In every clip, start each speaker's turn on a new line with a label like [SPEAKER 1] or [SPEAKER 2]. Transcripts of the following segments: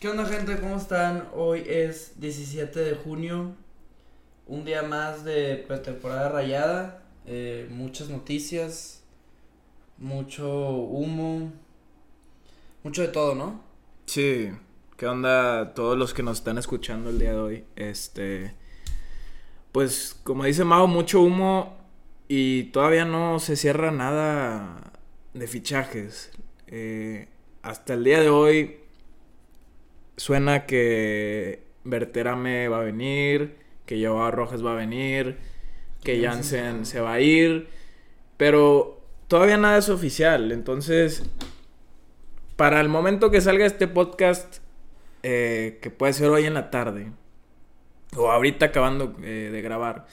[SPEAKER 1] ¿Qué onda gente? ¿Cómo están? Hoy es 17 de junio, un día más de pretemporada rayada, eh, muchas noticias, mucho humo, mucho de todo, ¿no?
[SPEAKER 2] Sí, ¿qué onda todos los que nos están escuchando el día de hoy? Este, pues como dice Mao, mucho humo y todavía no se cierra nada de fichajes. Eh, hasta el día de hoy suena que Verterame va a venir, que Joao Rojas va a venir, que
[SPEAKER 1] Jansen.
[SPEAKER 2] Jansen se va a ir, pero todavía nada es oficial, entonces para el momento que salga este podcast, eh, que puede ser hoy en la tarde, o ahorita acabando eh, de grabar,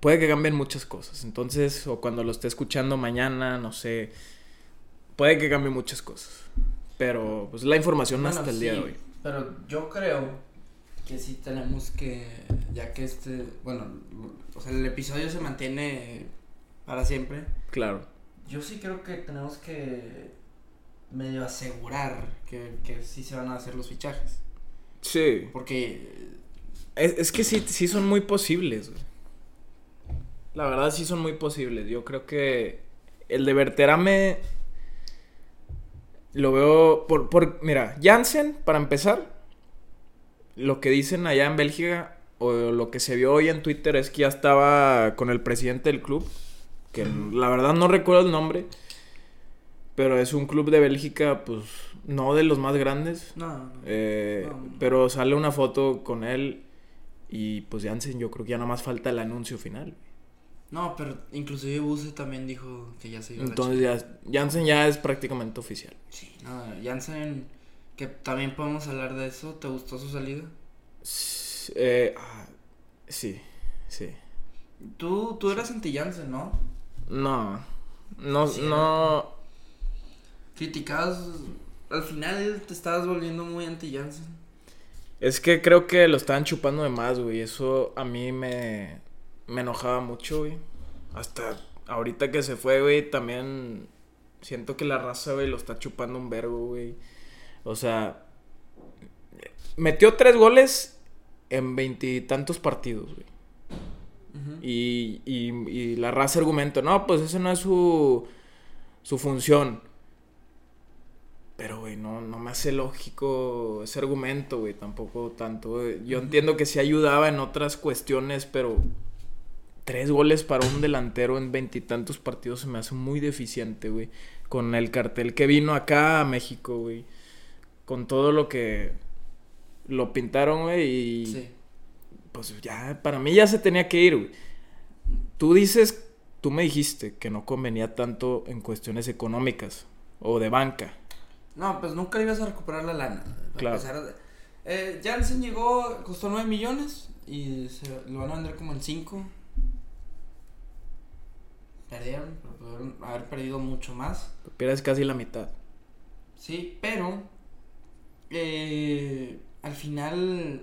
[SPEAKER 2] puede que cambien muchas cosas. Entonces, o cuando lo esté escuchando mañana, no sé, puede que cambien muchas cosas. Pero, pues, la información
[SPEAKER 1] Bueno,
[SPEAKER 2] hasta el día
[SPEAKER 1] sí,
[SPEAKER 2] de hoy.
[SPEAKER 1] Pero yo creo que sí tenemos que, ya que este, bueno, o sea, el episodio se mantiene para siempre.
[SPEAKER 2] Claro.
[SPEAKER 1] Yo sí creo que tenemos que medio asegurar que, que sí se van a hacer los fichajes.
[SPEAKER 2] Sí.
[SPEAKER 1] Porque eh,
[SPEAKER 2] Es, es que sí, sí son muy posibles, güey. La verdad sí son muy posibles. Yo creo que el de Berterame lo veo por, por mira, Jansen para empezar, lo que dicen allá en Bélgica o lo que se vio hoy en Twitter es que ya estaba con el presidente del club, que la verdad no recuerdo el nombre, pero es un club de Bélgica pues no de los más grandes,
[SPEAKER 1] No, no.
[SPEAKER 2] Eh,
[SPEAKER 1] No.
[SPEAKER 2] Pero sale una foto con él y pues Jansen, yo creo que ya nada más falta el anuncio final.
[SPEAKER 1] No, pero inclusive Buse también dijo que ya se iba a la
[SPEAKER 2] Entonces ya Jansen ya es prácticamente oficial.
[SPEAKER 1] chi- Sí, no, Jansen, que también podemos hablar de eso. ¿Te gustó su salida?
[SPEAKER 2] S- eh, ah, sí, sí.
[SPEAKER 1] Tú, tú eras anti Jansen, ¿no?
[SPEAKER 2] No, no,
[SPEAKER 1] Sí.
[SPEAKER 2] no.
[SPEAKER 1] Criticabas. Al final te estabas volviendo muy anti Jansen.
[SPEAKER 2] Es que creo que lo estaban chupando de más, güey. Eso a mí me, me enojaba mucho, güey. Hasta ahorita que se fue, güey, también siento que la raza, güey, lo está chupando un verbo, güey. O sea, metió tres goles en veintitantos partidos, güey. Y, y, y la raza argumento, no, pues esa no es su, su función. Pero, güey, no, no me hace lógico ese argumento, güey, tampoco tanto. güey. Yo entiendo que sí ayudaba en otras cuestiones, pero tres goles para un delantero en veintitantos partidos se me hace muy deficiente, güey. Con el cartel que vino acá a México, güey. Con todo lo que lo pintaron, güey, y
[SPEAKER 1] Sí.
[SPEAKER 2] pues ya, para mí ya se tenía que ir, güey. Tú dices, tú me dijiste que no convenía tanto en cuestiones económicas o de banca.
[SPEAKER 1] No, pues nunca ibas a recuperar la lana. A
[SPEAKER 2] Claro.
[SPEAKER 1] pesar de- Eh, Jansen llegó, costó 9 millones y se lo van a vender como en 5. Perdieron, pero pudieron haber perdido mucho más.
[SPEAKER 2] Pierdes casi la mitad.
[SPEAKER 1] Sí, pero eh, al final,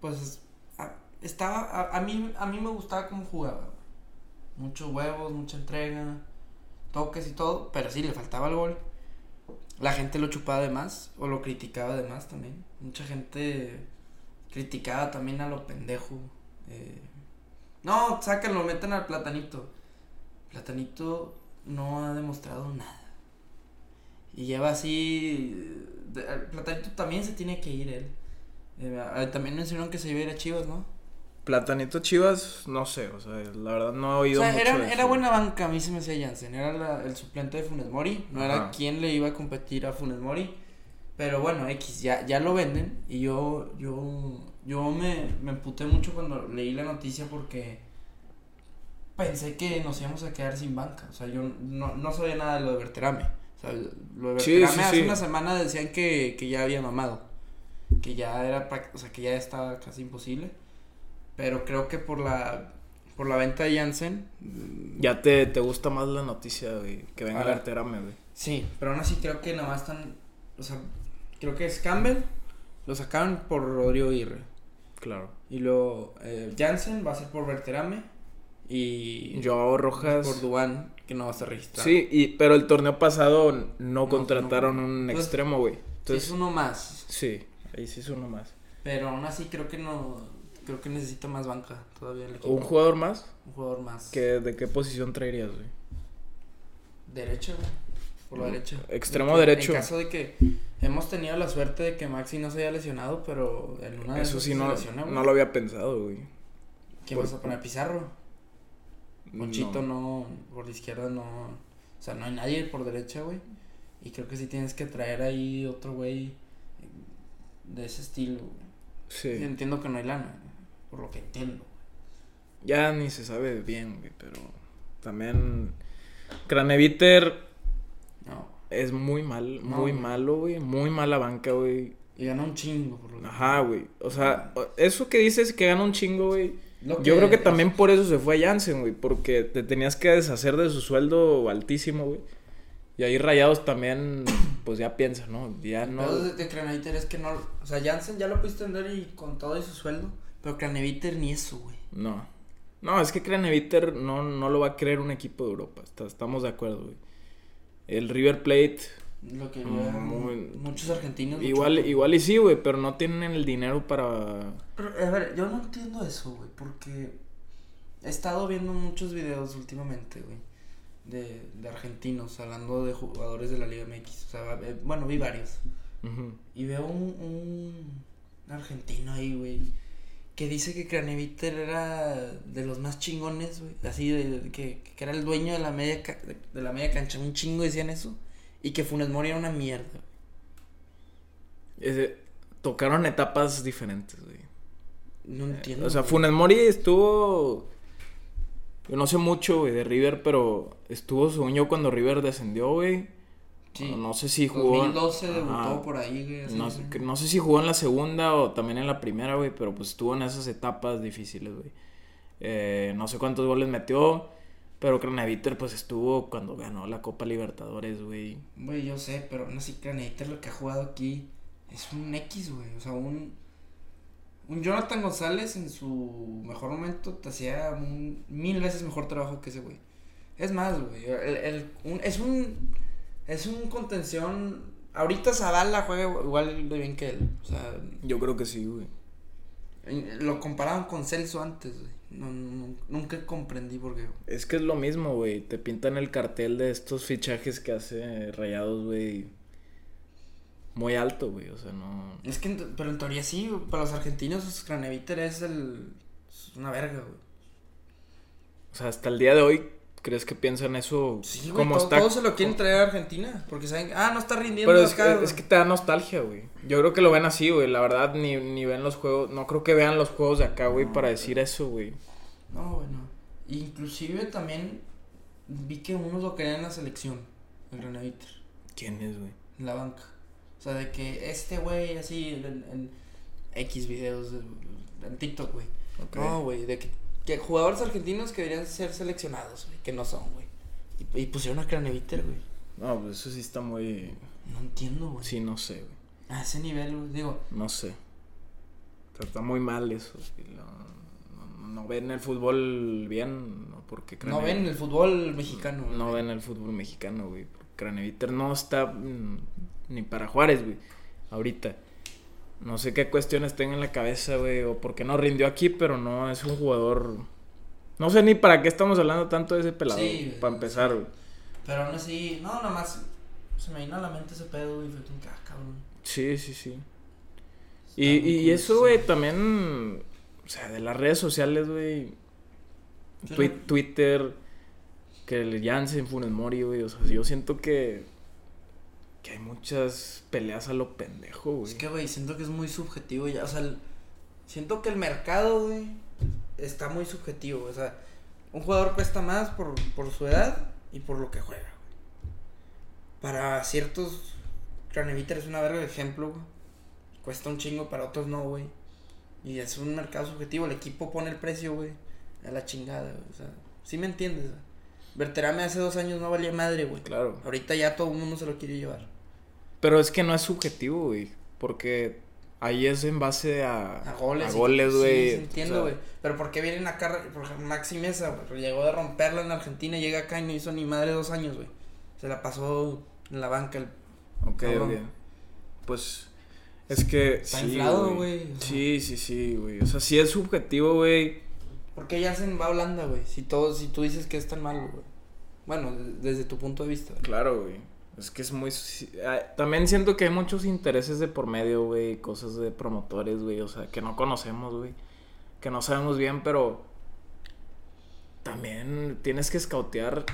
[SPEAKER 1] pues a- estaba a, a mí a mí me gustaba cómo jugaba. Muchos huevos, mucha entrega, toques y todo, pero sí le faltaba el gol. La gente lo chupaba de más o lo criticaba de más también. Mucha gente criticaba también a lo pendejo. eh, no, sáquenlo, metan al platanito. Platanito no ha demostrado nada. Y lleva así. de- el Platanito también se tiene que ir él. Eh, ah, también mencionaron que se iba a ir a Chivas, ¿no?
[SPEAKER 2] Platanito Chivas, no sé, o sea, la verdad no he
[SPEAKER 1] O
[SPEAKER 2] oído
[SPEAKER 1] sea,
[SPEAKER 2] mucho
[SPEAKER 1] era,
[SPEAKER 2] de
[SPEAKER 1] era
[SPEAKER 2] eso.
[SPEAKER 1] buena banca, a mí se me hacía Jansen. Era la- el suplente de Funes Mori. No era
[SPEAKER 2] Ajá.
[SPEAKER 1] quien le iba a competir a Funes Mori. Pero bueno, X, ya, ya lo venden. Y yo, yo, yo me, me emputé mucho cuando leí la noticia porque pensé que nos íbamos a quedar sin banca. O sea, yo no, no sabía nada de lo de Berterame. O sea, lo de
[SPEAKER 2] Sí,
[SPEAKER 1] Berterame
[SPEAKER 2] sí,
[SPEAKER 1] hace
[SPEAKER 2] sí.
[SPEAKER 1] una semana decían que, que ya había mamado. Que ya era, prac- o sea, que ya estaba casi imposible. Pero creo que por la, por la venta de Jansen,
[SPEAKER 2] Ya te, te gusta más la noticia, güey, que venga
[SPEAKER 1] Ahora-
[SPEAKER 2] el Arterame, güey.
[SPEAKER 1] Sí, pero aún así creo que nada más están. O sea, creo que es Campbell, lo sacaron por Rodrigo Aguirre.
[SPEAKER 2] Claro.
[SPEAKER 1] Y luego eh, Jansen va a ser por Berterame y
[SPEAKER 2] Joao
[SPEAKER 1] por
[SPEAKER 2] Rojas.
[SPEAKER 1] Dubán, que no va a estar registrado.
[SPEAKER 2] Sí, y, pero el torneo pasado no, contrataron
[SPEAKER 1] no.
[SPEAKER 2] un
[SPEAKER 1] Entonces-
[SPEAKER 2] extremo, güey.
[SPEAKER 1] Pues, Sí, es
[SPEAKER 2] Entonces,
[SPEAKER 1] uno más,
[SPEAKER 2] sí, ahí sí es uno más.
[SPEAKER 1] pero aún así creo que no, creo que necesita más banca todavía el equipo.
[SPEAKER 2] ¿Un jugador más?
[SPEAKER 1] Un jugador más.
[SPEAKER 2] ¿Qué, ¿De qué posición traerías, güey?
[SPEAKER 1] Derecha, güey. Por la
[SPEAKER 2] Mm,
[SPEAKER 1] derecha.
[SPEAKER 2] extremo
[SPEAKER 1] De que-
[SPEAKER 2] derecho.
[SPEAKER 1] En caso de que hemos tenido la suerte de que Maxi no se haya lesionado, pero en una de
[SPEAKER 2] Eso
[SPEAKER 1] esas
[SPEAKER 2] sí,
[SPEAKER 1] se
[SPEAKER 2] no,
[SPEAKER 1] lesiona, güey.
[SPEAKER 2] no lo había pensado, güey.
[SPEAKER 1] ¿Quién
[SPEAKER 2] por- Mm,
[SPEAKER 1] vas a poner? Pizarro. Monchito no. por la izquierda no. O sea, no hay nadie por derecha, güey. Y creo que sí tienes que traer ahí otro güey de ese estilo. güey. Yo
[SPEAKER 2] Sí.
[SPEAKER 1] Entiendo que no hay lana, por lo que entiendo.
[SPEAKER 2] Ya ni se sabe bien, güey, pero también Craneviter
[SPEAKER 1] No.
[SPEAKER 2] es muy mal,
[SPEAKER 1] No,
[SPEAKER 2] muy
[SPEAKER 1] güey.
[SPEAKER 2] malo, güey, muy mala banca, güey.
[SPEAKER 1] Y gana un chingo, por lo que.
[SPEAKER 2] Ajá, güey. O sea, eso que dices que gana un chingo, güey.
[SPEAKER 1] Lo
[SPEAKER 2] Yo creo que
[SPEAKER 1] es-
[SPEAKER 2] también por eso se fue a Jansen, güey, porque te tenías que deshacer de su sueldo altísimo, güey. Y ahí Rayados también, pues ya piensa, ¿no? Ya
[SPEAKER 1] El
[SPEAKER 2] no.
[SPEAKER 1] pedo de, de Craneviter es que no. O sea, Jansen ya lo pudiste vender y con todo y su sueldo. Pero Craneviter ni eso, güey.
[SPEAKER 2] No. No, es que Craneviter no, no lo va a creer un equipo de Europa. Está- estamos de acuerdo, güey. El River Plate,
[SPEAKER 1] Lo que
[SPEAKER 2] Mm,
[SPEAKER 1] vean
[SPEAKER 2] muy-
[SPEAKER 1] muchos argentinos. lo
[SPEAKER 2] igual,
[SPEAKER 1] chupan.
[SPEAKER 2] igual y sí, güey, pero no tienen el dinero para.
[SPEAKER 1] Pero, a ver, yo no entiendo eso, güey, porque he estado viendo muchos videos últimamente, güey, de, de argentinos hablando de jugadores de la Liga MX. O sea, eh, bueno, vi varios.
[SPEAKER 2] Ujú.
[SPEAKER 1] Y veo un, un argentino ahí, güey, que dice que Craneviter era de los más chingones, güey. Así, de, de que, que era el dueño de la, media ca- de, de la media cancha. Un chingo decían eso. Y que Funes Mori era una mierda. güey.
[SPEAKER 2] Ese- tocaron etapas diferentes, güey.
[SPEAKER 1] No entiendo.
[SPEAKER 2] Eh, O sea,
[SPEAKER 1] güey.
[SPEAKER 2] Funes Mori estuvo. Yo no sé mucho, güey, de River, pero estuvo, según yo, cuando River descendió, güey.
[SPEAKER 1] Sí.
[SPEAKER 2] No sé si jugó.
[SPEAKER 1] 2012 debutó
[SPEAKER 2] Ajá.
[SPEAKER 1] por ahí, güey. así,
[SPEAKER 2] No,
[SPEAKER 1] güey.
[SPEAKER 2] sé- que- no sé si jugó en la segunda o también en la primera, güey, pero pues estuvo en esas etapas difíciles, güey. Eh, no sé cuántos goles metió, pero Craneviter pues estuvo cuando ganó la Copa Libertadores, güey.
[SPEAKER 1] Güey, yo sé, pero no sé, Craneviter lo que ha jugado aquí es un X, güey. O sea, un. Un Jonathan González en su mejor momento te hacía un mil veces mejor trabajo que ese güey. Es más, güey. el- el- un- es un. Es un contención. Ahorita Zavala juega igual de bien que él. O sea,
[SPEAKER 2] Yo creo que sí, güey.
[SPEAKER 1] lo comparaban con Celso antes, güey. No- no- nunca comprendí por qué. güey.
[SPEAKER 2] Es que es lo mismo, güey. Te pintan el cartel de estos fichajes que hace Rayados, güey. Muy alto, güey. O sea, no.
[SPEAKER 1] Es que, en te- pero en teoría sí, güey, para los argentinos Craneviter es el... Es una verga, güey.
[SPEAKER 2] O sea, hasta el día de hoy, ¿crees que piensan eso?
[SPEAKER 1] Sí, güey,
[SPEAKER 2] como
[SPEAKER 1] todo-
[SPEAKER 2] está-
[SPEAKER 1] todos se lo quieren traer a Argentina, porque saben, ah, no está rindiendo
[SPEAKER 2] Pero es,
[SPEAKER 1] acá,
[SPEAKER 2] es-
[SPEAKER 1] güey.
[SPEAKER 2] es que te da nostalgia, güey. Yo creo que lo ven así, güey. La verdad, ni, ni ven los juegos. No creo que vean los juegos de acá, güey,
[SPEAKER 1] No,
[SPEAKER 2] para
[SPEAKER 1] pero-
[SPEAKER 2] decir eso, güey.
[SPEAKER 1] No, bueno. Inclusive también vi que unos lo querían en la selección, el Craneviter,
[SPEAKER 2] ¿Quién es, güey?
[SPEAKER 1] en la banca. O sea, de que este güey así en, en X videos, de- en TikTok, güey. No, güey, de que, que jugadores argentinos que deberían ser seleccionados, güey, que no son, güey. Y, y pusieron a Craneviter, güey.
[SPEAKER 2] No, pues eso sí está muy.
[SPEAKER 1] No entiendo, güey.
[SPEAKER 2] Sí, no sé, güey.
[SPEAKER 1] A ese nivel, güey, digo,
[SPEAKER 2] No sé. O sea, está muy mal eso. güey. No, no- no ven el fútbol bien, ¿no? Porque
[SPEAKER 1] no
[SPEAKER 2] Crane-
[SPEAKER 1] ven el fútbol mexicano.
[SPEAKER 2] No ven el fútbol mexicano, güey. Craneviter no está mm, ni para Juárez, güey. Ahorita. No sé qué cuestiones tenga en la cabeza, güey. O por qué no rindió aquí, pero no es un jugador. No sé ni para qué estamos hablando tanto de ese pelado.
[SPEAKER 1] Sí,
[SPEAKER 2] güey,
[SPEAKER 1] güey,
[SPEAKER 2] para empezar, güey.
[SPEAKER 1] Pero aún así, no, nada más se me vino a la mente ese pedo y fue como que, ah, cabrón.
[SPEAKER 2] Sí, sí, sí.
[SPEAKER 1] Está
[SPEAKER 2] Y,
[SPEAKER 1] muy
[SPEAKER 2] y
[SPEAKER 1] curioso.
[SPEAKER 2] eso, güey, también. O sea, de las redes sociales, güey.
[SPEAKER 1] Yo
[SPEAKER 2] Twi-
[SPEAKER 1] no-
[SPEAKER 2] Twitter. Que el Jansen, Funes Mori, güey. O sea, yo siento que. Que hay muchas peleas a lo pendejo, güey.
[SPEAKER 1] Es que, güey, siento que es muy subjetivo ya. O sea, el- siento que el mercado, güey, está muy subjetivo. güey, O sea, un jugador cuesta más por, por su edad y por lo que juega, güey. Para ciertos, Craneviter es una verga de ejemplo, güey. Cuesta un chingo, para otros no, güey. Y es un mercado subjetivo. El equipo pone el precio, güey. A la chingada, güey. O sea, sí me entiendes. güey? Berterame hace dos años no valía madre, güey.
[SPEAKER 2] Claro.
[SPEAKER 1] Ahorita ya todo el mundo se lo quiere llevar.
[SPEAKER 2] Pero es que no es subjetivo, güey. Porque ahí es en base a,
[SPEAKER 1] A goles.
[SPEAKER 2] a goles,
[SPEAKER 1] sí,
[SPEAKER 2] güey.
[SPEAKER 1] sí, entiendo,
[SPEAKER 2] O sea,
[SPEAKER 1] güey. Pero ¿por qué vienen acá? Por ejemplo, Maxi Mesa, güey, llegó de romperla en Argentina, llega acá y no hizo ni madre dos años, güey. Se la pasó en la banca. El...
[SPEAKER 2] Ok,
[SPEAKER 1] Cabrón.
[SPEAKER 2] ok. Pues es que.
[SPEAKER 1] Está
[SPEAKER 2] sí,
[SPEAKER 1] inflado, güey. o sea,
[SPEAKER 2] Sí, sí, sí, güey. O sea, sí es subjetivo, güey.
[SPEAKER 1] ¿Por qué Jansen va a Holanda, güey? Si, todo- si tú dices que es tan malo, güey. Bueno, de- desde tu punto de vista.
[SPEAKER 2] Claro, güey. Es que es muy... sí, ah, También siento que hay muchos intereses de por medio, güey. Cosas de promotores, güey. O sea, que no conocemos, güey. Que no sabemos bien, pero... También tienes que escautear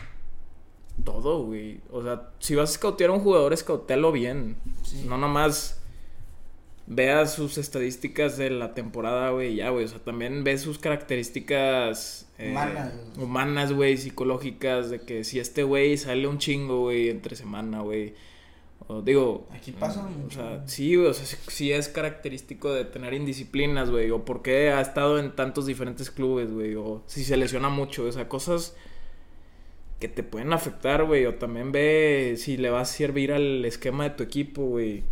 [SPEAKER 2] todo, güey. O sea, si vas a escautear a un jugador, escautealo bien.
[SPEAKER 1] Sí.
[SPEAKER 2] No nomás veas sus estadísticas de la temporada, güey, y ya, güey. O sea, también ve sus características eh,
[SPEAKER 1] Humanas.
[SPEAKER 2] humanas, güey, psicológicas, de que si este güey sale un chingo, güey, entre semana, güey. O digo...
[SPEAKER 1] Aquí pasa
[SPEAKER 2] mm, O
[SPEAKER 1] mucho,
[SPEAKER 2] sea,
[SPEAKER 1] güey.
[SPEAKER 2] sí, güey, o sea, sí- sí es característico de tener indisciplinas, güey, o por qué ha estado en tantos diferentes clubes, güey, o si se lesiona mucho, o sea, cosas que te pueden afectar, güey. O también ve si le va a servir al esquema de tu equipo, güey.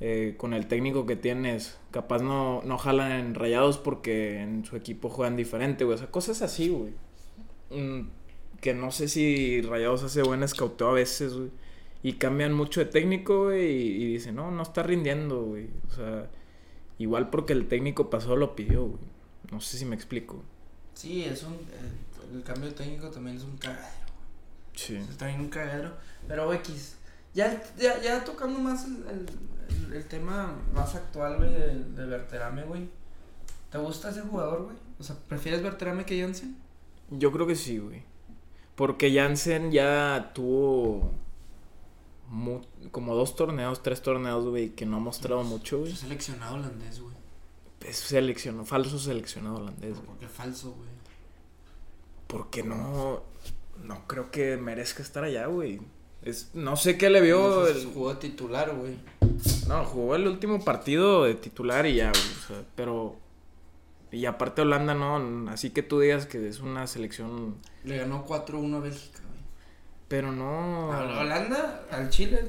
[SPEAKER 2] eh, con el técnico que tienes. Capaz no, no jalan en rayados porque en su equipo juegan diferente, güey. O sea, cosas así, güey. Mm, que no sé si Rayados hace buen escauteo a veces, güey. Y cambian mucho de técnico, güey. Y, y dicen, no, no está rindiendo, güey. O sea, igual porque el técnico pasó lo pidió, güey. No sé si me explico.
[SPEAKER 1] Sí, es un. eh, El cambio técnico también es un cagadero.
[SPEAKER 2] Sí.
[SPEAKER 1] Está bien un cagadero. Pero X. Ya, ya, ya tocando más el, el- el- el tema más actual, güey, de, de Berterame, güey. ¿Te gusta ese jugador, güey? O sea, ¿prefieres Berterame que Jansen?
[SPEAKER 2] Yo creo que sí, güey. Porque Jansen ya tuvo mu- como dos torneos, tres torneos, güey, que no ha mostrado mucho, güey.
[SPEAKER 1] seleccionado holandés, güey.
[SPEAKER 2] Es seleccionado, falso seleccionado holandés, güey.
[SPEAKER 1] Porque falso, güey.
[SPEAKER 2] Porque no, no creo que merezca estar allá, güey. Es, no sé qué le vio.
[SPEAKER 1] Entonces,
[SPEAKER 2] el-
[SPEAKER 1] Jugó titular, güey.
[SPEAKER 2] no, jugó el último partido de titular y ya, güey. o sea, pero. Y aparte Holanda, no. Así que tú digas que es una selección.
[SPEAKER 1] Le ganó 4-1 a Bélgica, güey.
[SPEAKER 2] Pero no.
[SPEAKER 1] A Holanda, al Chile.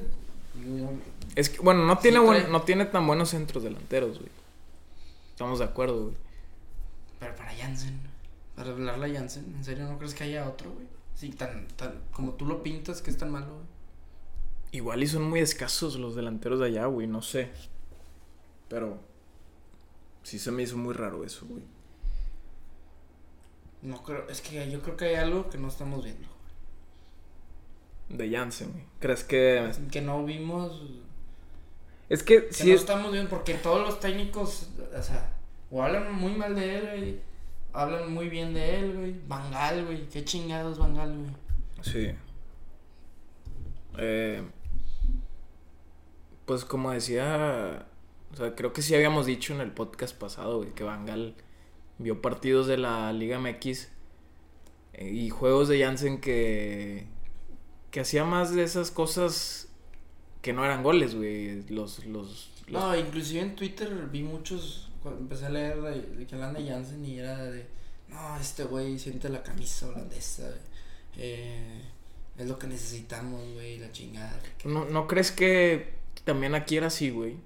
[SPEAKER 1] digo,
[SPEAKER 2] Es que, bueno, no
[SPEAKER 1] Sí,
[SPEAKER 2] tiene, buen-
[SPEAKER 1] trae-
[SPEAKER 2] no tiene tan buenos centros delanteros, güey. Estamos de acuerdo, güey.
[SPEAKER 1] Pero para Jansen. Para hablarle a Jansen. ¿En serio no crees que haya otro, güey? Sí, tan, tan. Como tú lo pintas, que es tan malo, güey.
[SPEAKER 2] Igual y son muy escasos los delanteros de allá, güey, no sé. Pero sí se me hizo muy raro eso, güey.
[SPEAKER 1] No creo, es que yo creo que hay algo que no estamos viendo.
[SPEAKER 2] De Jansen, güey. ¿Crees que...?
[SPEAKER 1] Que no vimos,
[SPEAKER 2] Es que
[SPEAKER 1] que
[SPEAKER 2] sí
[SPEAKER 1] no
[SPEAKER 2] es-
[SPEAKER 1] estamos viendo porque todos los técnicos, o sea, o hablan muy mal de él, güey, hablan muy bien de él, güey. Bangal, güey, qué chingados Bangal, güey.
[SPEAKER 2] Sí. Eh, pues como decía, o sea, creo que sí habíamos dicho en el podcast pasado, güey, que Bangal vio partidos de la Liga MX eh, y juegos de Jansen que, que hacía más de esas cosas que no eran goles, güey. Los, los, los-
[SPEAKER 1] No, inclusive en Twitter vi muchos, cuando empecé a leer de, de que hablan de Jansen y era de, no, este güey siente la camisa holandesa, güey. Eh, es lo que necesitamos, güey, la chingada.
[SPEAKER 2] ¿no, ¿No crees que también aquí era así, güey?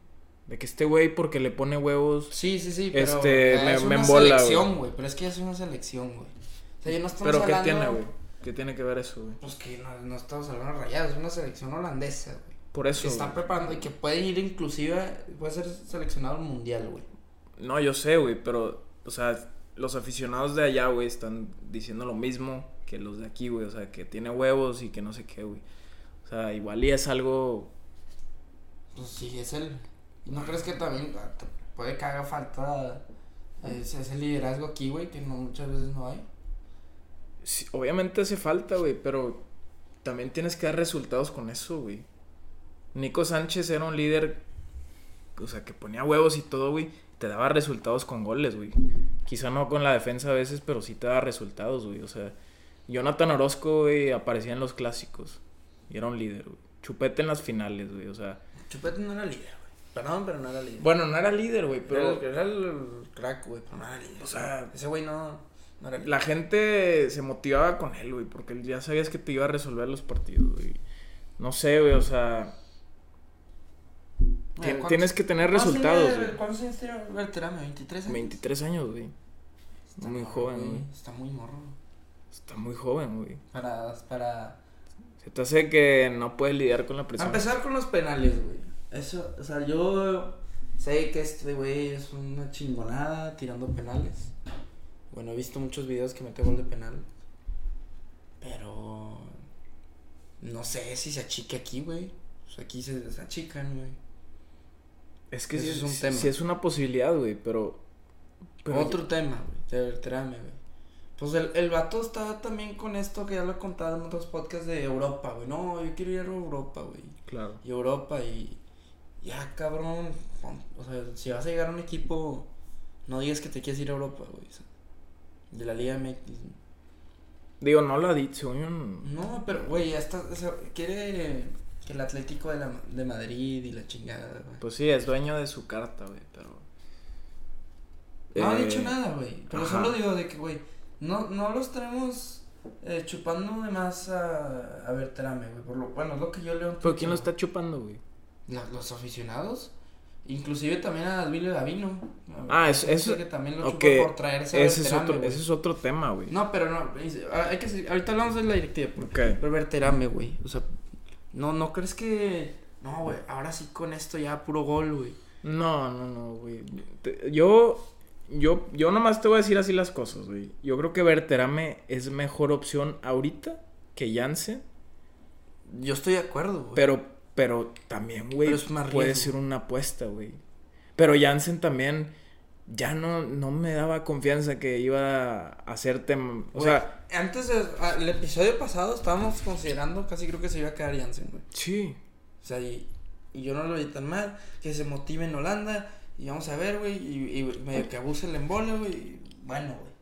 [SPEAKER 2] De que este güey, porque le pone huevos,
[SPEAKER 1] Sí, sí, sí, pero
[SPEAKER 2] Este,
[SPEAKER 1] eh,
[SPEAKER 2] me-
[SPEAKER 1] es
[SPEAKER 2] me
[SPEAKER 1] una
[SPEAKER 2] embola, güey.
[SPEAKER 1] selección, güey, pero es que ya es una selección, güey. O sea, ya no estamos
[SPEAKER 2] Pero ¿qué
[SPEAKER 1] hablando
[SPEAKER 2] tiene, güey? ¿Qué tiene que ver eso, güey?
[SPEAKER 1] Pues que no, no estamos hablando de rayados, es una selección holandesa, güey.
[SPEAKER 2] Por eso.
[SPEAKER 1] Que están
[SPEAKER 2] güey.
[SPEAKER 1] preparando y que puede ir inclusive, puede ser seleccionado al mundial, güey.
[SPEAKER 2] No, yo sé, güey, pero, o sea, los aficionados de allá, güey, están diciendo lo mismo que los de aquí, güey. O sea, que tiene huevos y que no sé qué, güey. O sea, igual y es algo.
[SPEAKER 1] Pues sí, es el... ¿No crees que también ah, te- puede que haga falta ese, ese liderazgo aquí, güey, que no, muchas veces no hay?
[SPEAKER 2] sí, obviamente hace falta, güey, pero también tienes que dar resultados con eso, güey. Nico Sánchez era un líder, o sea, que ponía huevos y todo, güey. Te daba resultados con goles, güey. Quizá no con la defensa a veces, pero sí te daba resultados, güey. O sea, Jonathan Orozco, güey, aparecía en los clásicos. Y era un líder, güey. Chupete en las finales, güey. O sea,
[SPEAKER 1] Chupete no era líder, güey. Perdón, pero no era líder.
[SPEAKER 2] bueno, no era líder, güey,
[SPEAKER 1] pero
[SPEAKER 2] pero.
[SPEAKER 1] era, era el crack, güey, pero no era líder.
[SPEAKER 2] O sea,
[SPEAKER 1] ese güey no, no era líder.
[SPEAKER 2] La gente se motivaba con él, güey, porque ya sabías que te iba a resolver los partidos, güey. No sé, güey, o sea. Tien-
[SPEAKER 1] ¿cuántos-
[SPEAKER 2] Tienes que tener
[SPEAKER 1] ¿Cuántos años
[SPEAKER 2] resultados,
[SPEAKER 1] tiene-
[SPEAKER 2] güey.
[SPEAKER 1] ¿Cuántos años tiene Berterame? ¿23 años?
[SPEAKER 2] 23 años, güey.
[SPEAKER 1] Está
[SPEAKER 2] muy
[SPEAKER 1] morro,
[SPEAKER 2] joven, ¿eh?
[SPEAKER 1] güey.
[SPEAKER 2] güey.
[SPEAKER 1] Está muy morro.
[SPEAKER 2] Está muy joven, güey.
[SPEAKER 1] Para, para...
[SPEAKER 2] Se te hace que no puedes lidiar con la
[SPEAKER 1] A
[SPEAKER 2] presión.
[SPEAKER 1] empezar con los penales, güey. Eso, o sea, yo sé que este güey es una chingonada tirando penales. Bueno, he visto muchos videos que mete gol de penal. Pero no sé si se achique aquí, güey. O sea, aquí se, se achican, güey.
[SPEAKER 2] Es que
[SPEAKER 1] Eso
[SPEAKER 2] sí
[SPEAKER 1] es
[SPEAKER 2] es,
[SPEAKER 1] un
[SPEAKER 2] sí-
[SPEAKER 1] tema.
[SPEAKER 2] sí es una posibilidad, güey, pero... pero
[SPEAKER 1] Otro tema, güey, de Berterame, güey. Pues el, el vato está también con esto que ya lo he contado en otros podcasts de Europa, güey. No, yo quiero ir a Europa, güey.
[SPEAKER 2] Claro.
[SPEAKER 1] y Europa y ya cabrón, pon- o sea, si vas a llegar a un equipo, no digas que te quieres ir a Europa, güey. o sea, de la Liga MX.
[SPEAKER 2] Digo, no la di, según yo, no-
[SPEAKER 1] No, pero güey, ya está, o sea, quiere que el Atlético de, la, de Madrid y la chingada, güey.
[SPEAKER 2] Pues sí, es dueño de su carta, güey, pero...
[SPEAKER 1] No ha
[SPEAKER 2] Eh,
[SPEAKER 1] dicho nada, güey. Pero
[SPEAKER 2] ajá.
[SPEAKER 1] solo digo de que, güey, no, no los tenemos eh, chupando de más a, a Berterame, güey. Por lo, bueno, es lo que yo leo. en
[SPEAKER 2] ¿Pero
[SPEAKER 1] Twitter,
[SPEAKER 2] quién lo
[SPEAKER 1] güey.
[SPEAKER 2] está chupando, güey?
[SPEAKER 1] La- los aficionados. Inclusive también a Billy Davino.
[SPEAKER 2] Ah, es-
[SPEAKER 1] Dice
[SPEAKER 2] eso-
[SPEAKER 1] que también lo chupó
[SPEAKER 2] ok,
[SPEAKER 1] por traerse a
[SPEAKER 2] Ese es,
[SPEAKER 1] Berterame,
[SPEAKER 2] otro,
[SPEAKER 1] güey.
[SPEAKER 2] ese es otro tema, güey.
[SPEAKER 1] No, pero no, es- ah, hay que seguir- ahorita hablamos de la directiva, por-
[SPEAKER 2] Ok.
[SPEAKER 1] pero Berterame, güey, o sea, no, no crees que, no, güey, ahora sí con esto ya puro gol, güey,
[SPEAKER 2] No, no, no, güey. Te- Yo, yo, yo nomás te voy a decir así las cosas, güey. Yo creo que Berterame es mejor opción ahorita que Janssen,
[SPEAKER 1] yo estoy de acuerdo, güey,
[SPEAKER 2] pero, pero también, güey,
[SPEAKER 1] Pero es más
[SPEAKER 2] puede
[SPEAKER 1] riesgo.
[SPEAKER 2] ser una apuesta, güey. Pero Janssen también ya no, no me daba confianza que iba a hacerte, m- o
[SPEAKER 1] Güey,
[SPEAKER 2] sea,
[SPEAKER 1] antes, de- ah, el episodio pasado estábamos considerando, casi creo que se iba a quedar Janssen, güey,
[SPEAKER 2] sí.
[SPEAKER 1] o sea, y, y yo no lo vi tan mal, que se motive en Holanda, y vamos a ver, güey, y, y medio que abuse el embole, güey, y bueno, güey,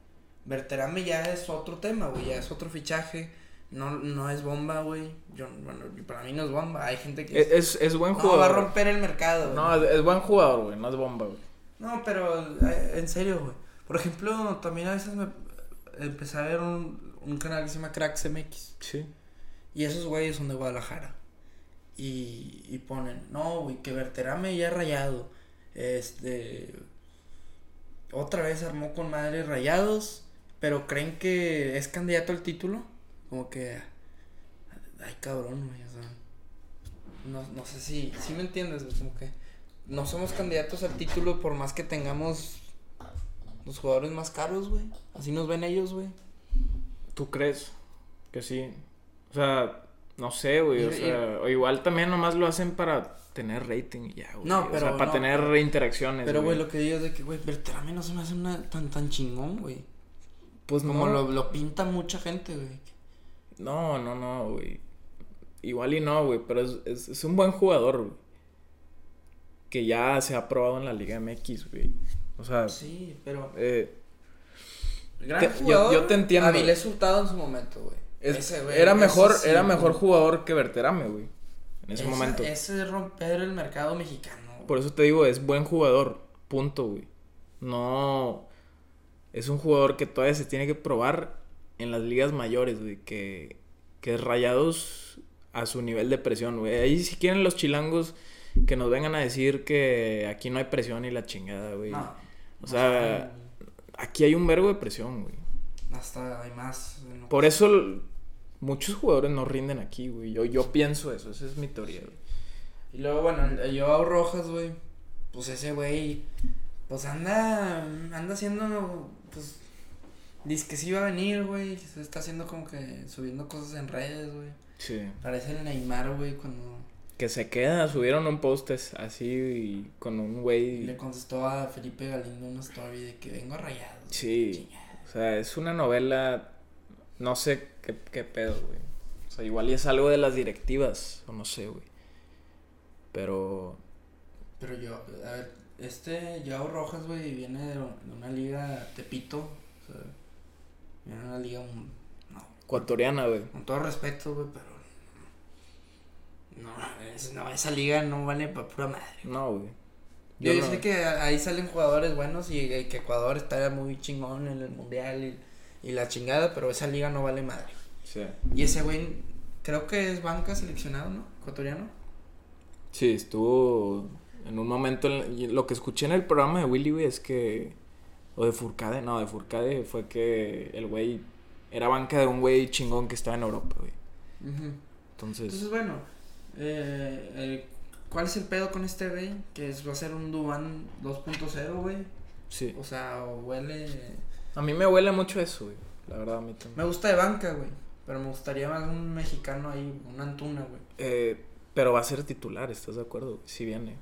[SPEAKER 1] Berterame ya es otro tema, güey, ya es otro fichaje. No, no es bomba, güey. Yo, bueno, para mí no es bomba. Hay gente que...
[SPEAKER 2] Es, e, es, es buen
[SPEAKER 1] No, va a
[SPEAKER 2] jugador. güey.
[SPEAKER 1] romper el mercado. güey.
[SPEAKER 2] Eh, No, es, es buen jugador, güey, no es bomba, güey.
[SPEAKER 1] No, pero eh, en serio, güey. Por ejemplo, también a veces me empecé a ver un, un canal que se llama Cracks MX.
[SPEAKER 2] Sí.
[SPEAKER 1] Y esos güeyes son de Guadalajara. Y, y ponen, no, güey, que Berterame ya rayado. Este. Otra vez armó con madres rayados. Pero creen que es candidato al título. Como que. Ay, cabrón, güey, o sea. No, no sé si. Si me entiendes, güey, como que. No somos candidatos al título por más que tengamos. Los jugadores más caros, güey. Así nos ven ellos, güey.
[SPEAKER 2] ¿Tú crees que sí? O sea, no sé, güey. O
[SPEAKER 1] Y- y-
[SPEAKER 2] sea, o igual también nomás lo hacen para tener rating y ya, güey.
[SPEAKER 1] No,
[SPEAKER 2] O sea,
[SPEAKER 1] pero
[SPEAKER 2] para
[SPEAKER 1] no.
[SPEAKER 2] tener interacciones.
[SPEAKER 1] Pero, güey, lo que digo es de que, güey, Berterame no se me hace una, tan, tan chingón, güey.
[SPEAKER 2] Pues
[SPEAKER 1] Como
[SPEAKER 2] no.
[SPEAKER 1] lo, lo pinta mucha gente, güey.
[SPEAKER 2] No, no, no, güey. Igual y no, güey. Pero es, es- es un buen jugador, güey. Que ya se ha probado en la Liga MX, güey. O sea,
[SPEAKER 1] Sí, pero.
[SPEAKER 2] eh,
[SPEAKER 1] Gran
[SPEAKER 2] Te- yo-
[SPEAKER 1] jugador.
[SPEAKER 2] yo te entiendo,
[SPEAKER 1] Avilés Hurtado en su momento, güey.
[SPEAKER 2] es-
[SPEAKER 1] Ese, güey,
[SPEAKER 2] era
[SPEAKER 1] ese
[SPEAKER 2] mejor,
[SPEAKER 1] sí,
[SPEAKER 2] era
[SPEAKER 1] güey.
[SPEAKER 2] mejor jugador que Berterame, güey. En ese
[SPEAKER 1] Esa-
[SPEAKER 2] momento.
[SPEAKER 1] Ese es romper el mercado mexicano. güey.
[SPEAKER 2] Por eso te digo, es buen jugador. Punto, güey. No. Es un jugador que todavía se tiene que probar en las ligas mayores, güey. Que, que rayados a su nivel de presión, güey. Ahí si quieren los chilangos que nos vengan a decir que aquí no hay presión y la chingada, güey.
[SPEAKER 1] No,
[SPEAKER 2] o sea, aquí hay un vergo de presión, güey.
[SPEAKER 1] Hasta hay más. güey, no.
[SPEAKER 2] Por eso l- muchos jugadores no rinden aquí, güey. Yo, yo pienso eso, esa es mi teoría, güey.
[SPEAKER 1] Y luego, bueno, el Joao Rojas, güey. Pues ese güey. Pues anda. Anda haciendo. Pues. Dice que sí iba a venir, güey. que Se está haciendo como que. Subiendo cosas en redes, güey.
[SPEAKER 2] Sí.
[SPEAKER 1] Parece el Neymar, güey, cuando.
[SPEAKER 2] Que se queda, subieron un post es- así y con
[SPEAKER 1] Y
[SPEAKER 2] un
[SPEAKER 1] le
[SPEAKER 2] güey.
[SPEAKER 1] contestó a Felipe Galindo una story de que vengo rayado.
[SPEAKER 2] Sí. O sea, es una novela. No sé qué, qué pedo, güey. O sea, igual y es algo de las directivas, o no sé, güey. Pero.
[SPEAKER 1] Pero yo, a ver, este Yao Rojas, güey, viene de, de una liga Tepito. O sea, viene de una liga. un- no,
[SPEAKER 2] Ecuatoriana, güey.
[SPEAKER 1] con todo respeto, güey, pero. No, es- no, esa liga no vale para pura madre.
[SPEAKER 2] No, güey.
[SPEAKER 1] Yo,
[SPEAKER 2] no-
[SPEAKER 1] sé que a- ahí salen jugadores buenos y, y que Ecuador estaría muy chingón en el mundial y, y la chingada, pero esa liga no vale madre.
[SPEAKER 2] Sí.
[SPEAKER 1] Y ese güey, creo que es banca seleccionado, ¿no? Ecuatoriano.
[SPEAKER 2] Sí, estuvo. En un momento, en- lo que escuché en el programa de Willy, güey, es que. O de Furcade, no, de Furcade fue que el güey era banca de un güey chingón que estaba en Europa, güey.
[SPEAKER 1] Ujú.
[SPEAKER 2] Entonces,
[SPEAKER 1] Entonces, bueno, eh, eh, ¿cuál es el pedo con este, güey? Que es- va a ser un Duban 2.0, güey.
[SPEAKER 2] sí.
[SPEAKER 1] O sea, huele.
[SPEAKER 2] A mí me huele mucho eso, güey. La verdad, a mí también.
[SPEAKER 1] Me gusta de banca, güey. Pero me gustaría más un mexicano ahí, un Antuna, güey.
[SPEAKER 2] Eh, pero va a ser titular, ¿estás de acuerdo? Si viene.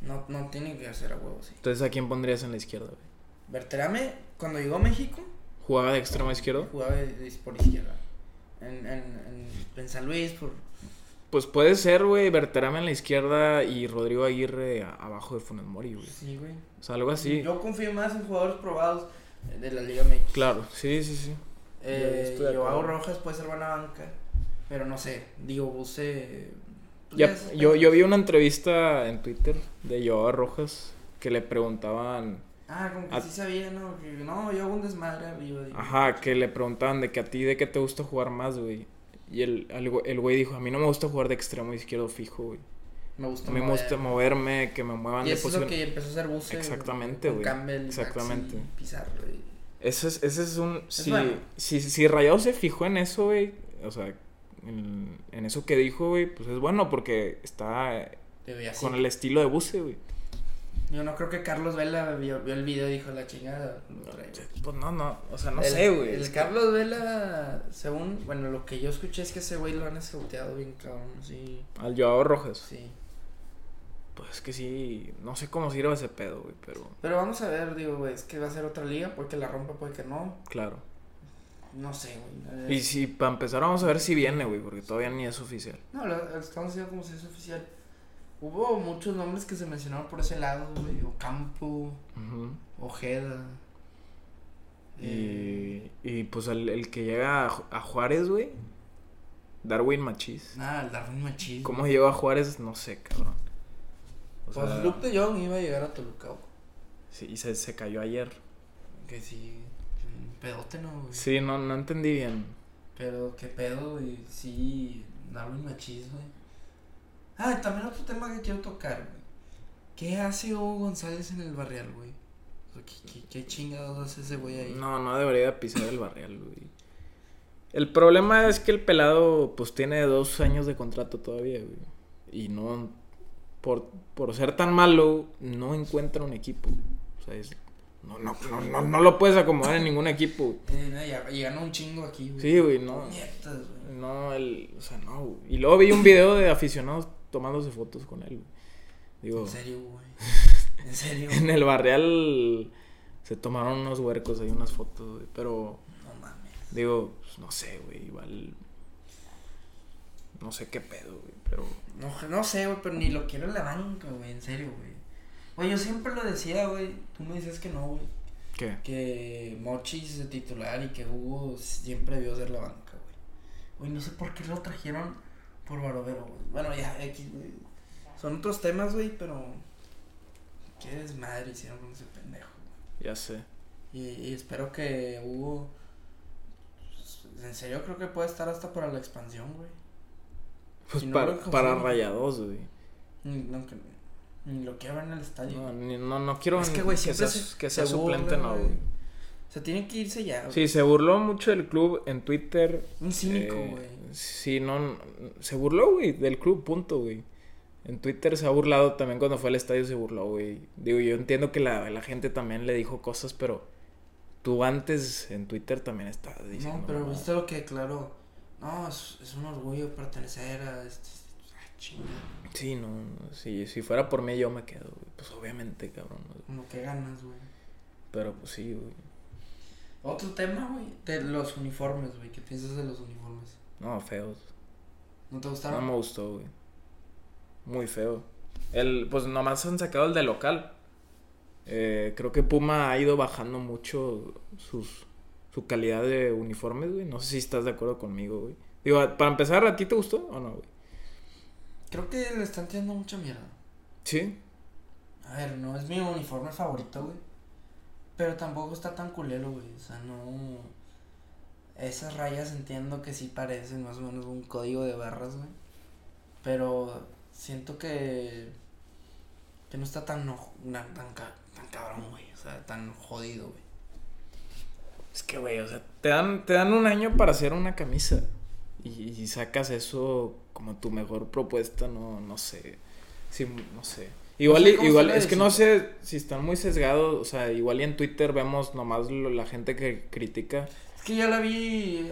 [SPEAKER 1] No, no tiene que hacer a huevo, sí.
[SPEAKER 2] Entonces, ¿a quién pondrías en la izquierda, güey?
[SPEAKER 1] Berterame, cuando llegó a México,
[SPEAKER 2] ¿Jugaba de extremo izquierdo?
[SPEAKER 1] jugaba de- de- por izquierda. En, en, en, en San Luis, por.
[SPEAKER 2] Pues puede ser, güey, Berterame en la izquierda y Rodrigo Aguirre a- abajo de Funes Mori, güey.
[SPEAKER 1] pues, Sí, güey.
[SPEAKER 2] O sea, algo así.
[SPEAKER 1] Yo confío más en jugadores probados eh, de la Liga MX.
[SPEAKER 2] Claro, sí, sí, sí.
[SPEAKER 1] Eh,
[SPEAKER 2] Yo estoy de
[SPEAKER 1] Joao
[SPEAKER 2] acuerdo.
[SPEAKER 1] Rojas puede ser buena banca, pero no sé, digo, Buse... pues,
[SPEAKER 2] Ya-
[SPEAKER 1] ya se
[SPEAKER 2] yo,
[SPEAKER 1] espera.
[SPEAKER 2] yo vi una entrevista en Twitter de Joao Rojas que le preguntaban,
[SPEAKER 1] Ah, como que
[SPEAKER 2] a-
[SPEAKER 1] sí sabía, ¿no? Que, no, yo hago un desmadre arriba. digo.
[SPEAKER 2] ajá, que le preguntaban de que a ti de qué te gusta jugar más, güey. Y el, al güe- el güey dijo, a mí no me gusta jugar de extremo izquierdo fijo, güey.
[SPEAKER 1] Me gusta
[SPEAKER 2] A mí me
[SPEAKER 1] mover.
[SPEAKER 2] gusta moverme, que me muevan
[SPEAKER 1] Y
[SPEAKER 2] de
[SPEAKER 1] eso es lo
[SPEAKER 2] posición.
[SPEAKER 1] que empezó a hacer Buse.
[SPEAKER 2] Exactamente,
[SPEAKER 1] con
[SPEAKER 2] güey.
[SPEAKER 1] Campbell,
[SPEAKER 2] Exactamente.
[SPEAKER 1] Maxi, Pizarro. y-
[SPEAKER 2] Ese es, ese es un... si,
[SPEAKER 1] bueno.
[SPEAKER 2] si, si Rayado se fijó en eso, güey, o sea, en, en eso que dijo, güey, pues es bueno porque está
[SPEAKER 1] digo, y así.
[SPEAKER 2] con el estilo de Buse, güey.
[SPEAKER 1] Yo no creo que Carlos Vela vio, vio el video y dijo la chingada. lo traigo".
[SPEAKER 2] Pues no, no, o sea, no
[SPEAKER 1] El-
[SPEAKER 2] sé, güey.
[SPEAKER 1] El
[SPEAKER 2] es que-
[SPEAKER 1] Carlos Vela, según, bueno, lo que yo escuché es que ese güey lo han escauteado bien, cabrón, sí,
[SPEAKER 2] Al Joao Rojas.
[SPEAKER 1] sí.
[SPEAKER 2] Pues es que sí, no sé cómo sirve ese pedo, güey, pero
[SPEAKER 1] Pero vamos a ver, digo, güey, es que va a ser otra liga, puede que la rompa, puede que no.
[SPEAKER 2] claro.
[SPEAKER 1] No sé, güey. eh,
[SPEAKER 2] Y si para empezar vamos a ver si viene, güey, porque todavía ni es oficial.
[SPEAKER 1] No, lo, lo estamos haciendo como si es oficial. Hubo muchos nombres que se mencionaron por ese lado, güey. Ocampo,
[SPEAKER 2] Ujú.
[SPEAKER 1] Ojeda. eh,
[SPEAKER 2] y, y pues el, el que llega a, Ju- a Juárez, güey, Darwin Machis.
[SPEAKER 1] Nada, el Darwin Machis.
[SPEAKER 2] ¿Cómo llegó a Juárez? No sé, cabrón. O sea,
[SPEAKER 1] Pues Luke de Jong iba a llegar a Toluca, güey,
[SPEAKER 2] sí, y se, se cayó ayer.
[SPEAKER 1] Que sí, un pedote, ¿no, güey?
[SPEAKER 2] Sí, no, no entendí bien.
[SPEAKER 1] Pero qué pedo, güey. Sí, Darwin Machis, güey. Ah, también otro tema que quiero tocar, güey. ¿Qué hace Hugo González en el barrial, güey? O sea, ¿Qué, qué, qué chingados hace ese güey ahí?
[SPEAKER 2] No, no debería pisar el barrial, güey. El problema es que el pelado, pues, tiene dos años de contrato todavía, güey. Y no, por, por ser tan malo, no encuentra un equipo. O sea, es- no, no, no, no, no lo puedes acomodar en ningún equipo.
[SPEAKER 1] Eh, no, ya, ya ganó un chingo aquí, güey.
[SPEAKER 2] Sí, güey, no.
[SPEAKER 1] Puñetas, güey.
[SPEAKER 2] No, el, o sea, no, güey. Y luego vi un video de aficionados tomándose fotos con él, güey. Digo,
[SPEAKER 1] En serio, güey. En serio.
[SPEAKER 2] en el barrial se tomaron unos huercos, hay unas fotos, güey. Pero...
[SPEAKER 1] No mames.
[SPEAKER 2] Digo, pues, no sé, güey, igual. No sé qué pedo, güey, pero.
[SPEAKER 1] No, no sé, güey, pero ni lo quiero en la banca, güey. En serio, güey. Güey, yo siempre lo decía, güey. Tú me dices que no, güey.
[SPEAKER 2] ¿Qué?
[SPEAKER 1] que Mochis es el titular y que Hugo siempre debió ser la banca, güey. Güey, no sé por qué lo trajeron por Barovero, güey. Bueno, ya, aquí, güey, Son otros temas, güey, pero. Qué desmadre hicieron con ese pendejo, güey.
[SPEAKER 2] Ya sé.
[SPEAKER 1] Y, y espero que Hugo. pues, En serio, creo que puede estar hasta para la expansión, güey.
[SPEAKER 2] Pues
[SPEAKER 1] Si no
[SPEAKER 2] para,
[SPEAKER 1] lo
[SPEAKER 2] para
[SPEAKER 1] consiguen.
[SPEAKER 2] rayados, güey.
[SPEAKER 1] Ni, no, que- ni lo quiero ver en el estadio.
[SPEAKER 2] No, ni- no, no quiero
[SPEAKER 1] Es que,
[SPEAKER 2] ni-
[SPEAKER 1] güey,
[SPEAKER 2] que
[SPEAKER 1] siempre
[SPEAKER 2] sea,
[SPEAKER 1] se-
[SPEAKER 2] que sea
[SPEAKER 1] se
[SPEAKER 2] suplente,
[SPEAKER 1] burlan,
[SPEAKER 2] no,
[SPEAKER 1] güey.
[SPEAKER 2] güey.
[SPEAKER 1] O sea, tiene que irse ya, güey.
[SPEAKER 2] Sí, se burló mucho del club en Twitter.
[SPEAKER 1] Un cínico,
[SPEAKER 2] eh,
[SPEAKER 1] güey.
[SPEAKER 2] sí, no. no, Se burló, güey, del club, punto, güey. En Twitter se ha burlado también cuando fue al estadio, se burló, güey. Digo, yo entiendo que la, la gente también le dijo cosas, pero tú antes en Twitter también estabas diciendo.
[SPEAKER 1] No, pero
[SPEAKER 2] mamadas.
[SPEAKER 1] viste lo que declaró. No, es, es un orgullo pertenecer a este. Ah, chinga.
[SPEAKER 2] Sí, no, no, sí, si fuera por mí yo me quedo, güey. Pues obviamente, cabrón. ¿no?
[SPEAKER 1] Como que ganas, güey.
[SPEAKER 2] Pero pues sí, güey.
[SPEAKER 1] Otro tema, güey. De los uniformes, güey. ¿Qué piensas de los uniformes?
[SPEAKER 2] No, feos.
[SPEAKER 1] ¿No te
[SPEAKER 2] No
[SPEAKER 1] gustaron?
[SPEAKER 2] me gustó, güey. Muy feo. El, pues nomás han sacado el de local. Eh, creo que Puma ha ido bajando mucho sus, su calidad de uniformes, güey. No sé si estás de acuerdo conmigo, güey. Digo, a- para empezar, ¿a ti te gustó o no, güey?
[SPEAKER 1] Creo que le están tirando mucha mierda.
[SPEAKER 2] Sí.
[SPEAKER 1] A ver, no es mi uniforme favorito, güey. Pero tampoco está tan culero, güey. O sea, no. Esas rayas entiendo que sí parecen más o menos un código de barras, güey. Pero siento que. que no está tan, ojo- na- tan, ca- tan cabrón, güey. O sea, tan jodido, güey.
[SPEAKER 2] Es que, güey, o sea, te dan, te dan un año para hacer una camisa. Y, y sacas eso como tu mejor propuesta, no, no sé. Sí, no sé. Igual,
[SPEAKER 1] sé
[SPEAKER 2] y-
[SPEAKER 1] cómo
[SPEAKER 2] igual,
[SPEAKER 1] se le
[SPEAKER 2] es que no sé si están muy sesgados. O sea, igual y en Twitter vemos nomás lo- la gente que critica.
[SPEAKER 1] Es que ya la vi,